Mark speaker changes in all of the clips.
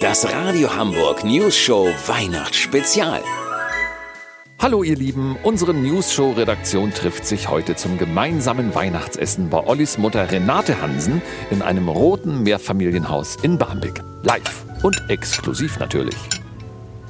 Speaker 1: Das Radio Hamburg News Show Weihnachtsspezial.
Speaker 2: Hallo ihr Lieben, unsere News Show Redaktion trifft sich heute zum gemeinsamen Weihnachtsessen bei Ollis Mutter Renate Hansen in einem roten Mehrfamilienhaus in Barmbek. Live und exklusiv natürlich.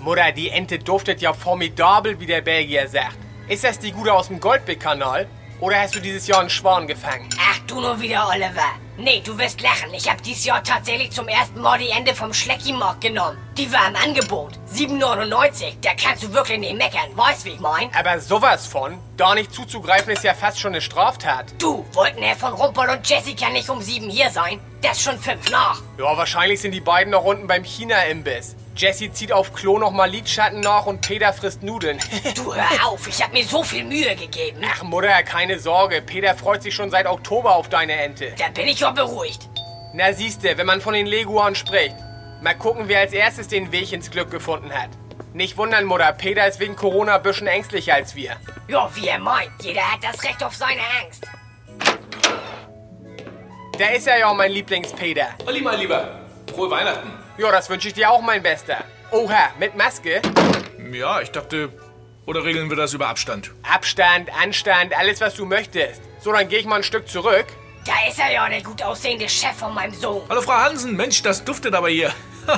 Speaker 3: Mutter, die Ente duftet ja formidabel, wie der Belgier sagt. Ist das die Gute aus dem Goldbeck-Kanal? Oder hast du dieses Jahr einen Schwan gefangen?
Speaker 4: Ach, du nur wieder, Oliver. Nee, du wirst lachen. Ich hab dieses Jahr tatsächlich zum ersten Mal die Ende vom Schlecki-Mock genommen. Die war im Angebot. 7,99. Da kannst du wirklich nicht meckern. Weißt, wie ich mein?
Speaker 3: Aber sowas von, da nicht zuzugreifen ist ja fast schon eine Straftat.
Speaker 4: Du, wollten Herr von Rumpel und Jessica nicht um sieben hier sein? Das ist schon fünf nach.
Speaker 3: Ja, wahrscheinlich sind die beiden noch unten beim China-Imbiss. Jesse zieht auf Klo nochmal Lidschatten nach und Peter frisst Nudeln.
Speaker 4: Du, hör auf. Ich hab mir so viel Mühe gegeben.
Speaker 3: Ach Mutter, keine Sorge, Peter freut sich schon seit Oktober auf deine Ente.
Speaker 4: Da bin ich ja beruhigt.
Speaker 3: Na siehste, wenn man von den Leguan spricht. Mal gucken, wer als erstes den Weg ins Glück gefunden hat. Nicht wundern, Mutter, Peter ist wegen Corona ein bisschen ängstlicher als wir.
Speaker 4: Ja, wie er meint. Jeder hat das Recht auf seine Angst.
Speaker 3: Da ist er ja mein Lieblingspeter.
Speaker 5: Olli, mein Lieber, frohe Weihnachten.
Speaker 3: Ja, das wünsche ich dir auch, mein Bester. Oha, mit Maske?
Speaker 5: Ja, ich dachte, oder regeln wir das über Abstand?
Speaker 3: Abstand, Anstand, alles, was du möchtest. So, dann gehe ich mal ein Stück zurück.
Speaker 4: Da ist er ja, der gut aussehende Chef von meinem Sohn.
Speaker 5: Hallo, Frau Hansen, Mensch, das duftet aber hier.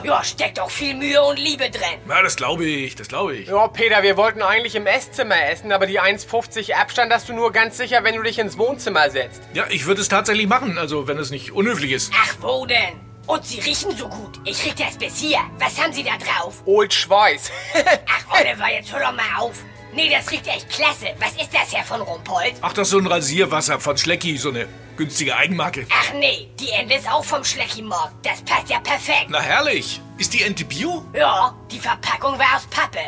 Speaker 4: Ja, steckt auch viel Mühe und Liebe drin.
Speaker 5: Ja, das glaube ich, das glaube ich.
Speaker 3: Ja, Peter, wir wollten eigentlich im Esszimmer essen, aber die 1,50 Abstand hast du nur ganz sicher, wenn du dich ins Wohnzimmer setzt.
Speaker 5: Ja, ich würde es tatsächlich machen, also wenn es nicht unhöflich ist.
Speaker 4: Ach, wo denn? Und sie riechen so gut. Ich riech das bis hier. Was haben sie da drauf?
Speaker 3: Old Schweiß.
Speaker 4: Ach, Oliver, jetzt hör doch mal auf. Nee, das riecht echt klasse. Was ist das, Herr von Rumpold?
Speaker 5: Ach, das ist so ein Rasierwasser von Schlecki, so eine günstige Eigenmarke.
Speaker 4: Ach nee, die Ente ist auch vom Schleckimorg. Das passt ja perfekt.
Speaker 5: Na herrlich, ist die Ente Bio?
Speaker 4: Ja, die Verpackung war aus Pappe.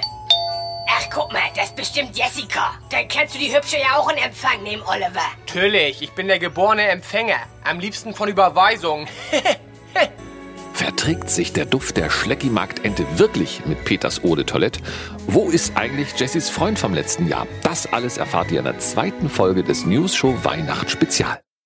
Speaker 4: Ach, guck mal, das ist bestimmt Jessica. Dann kannst du die Hübsche ja auch in Empfang nehmen, Oliver.
Speaker 3: Natürlich, ich bin der geborene Empfänger. Am liebsten von Überweisungen.
Speaker 2: Verträgt sich der Duft der Schlecki-Marktente wirklich mit Peters Eau de Toilette? Wo ist eigentlich Jessys Freund vom letzten Jahr? Das alles erfahrt ihr in der zweiten Folge des News Show Weihnachtsspezial.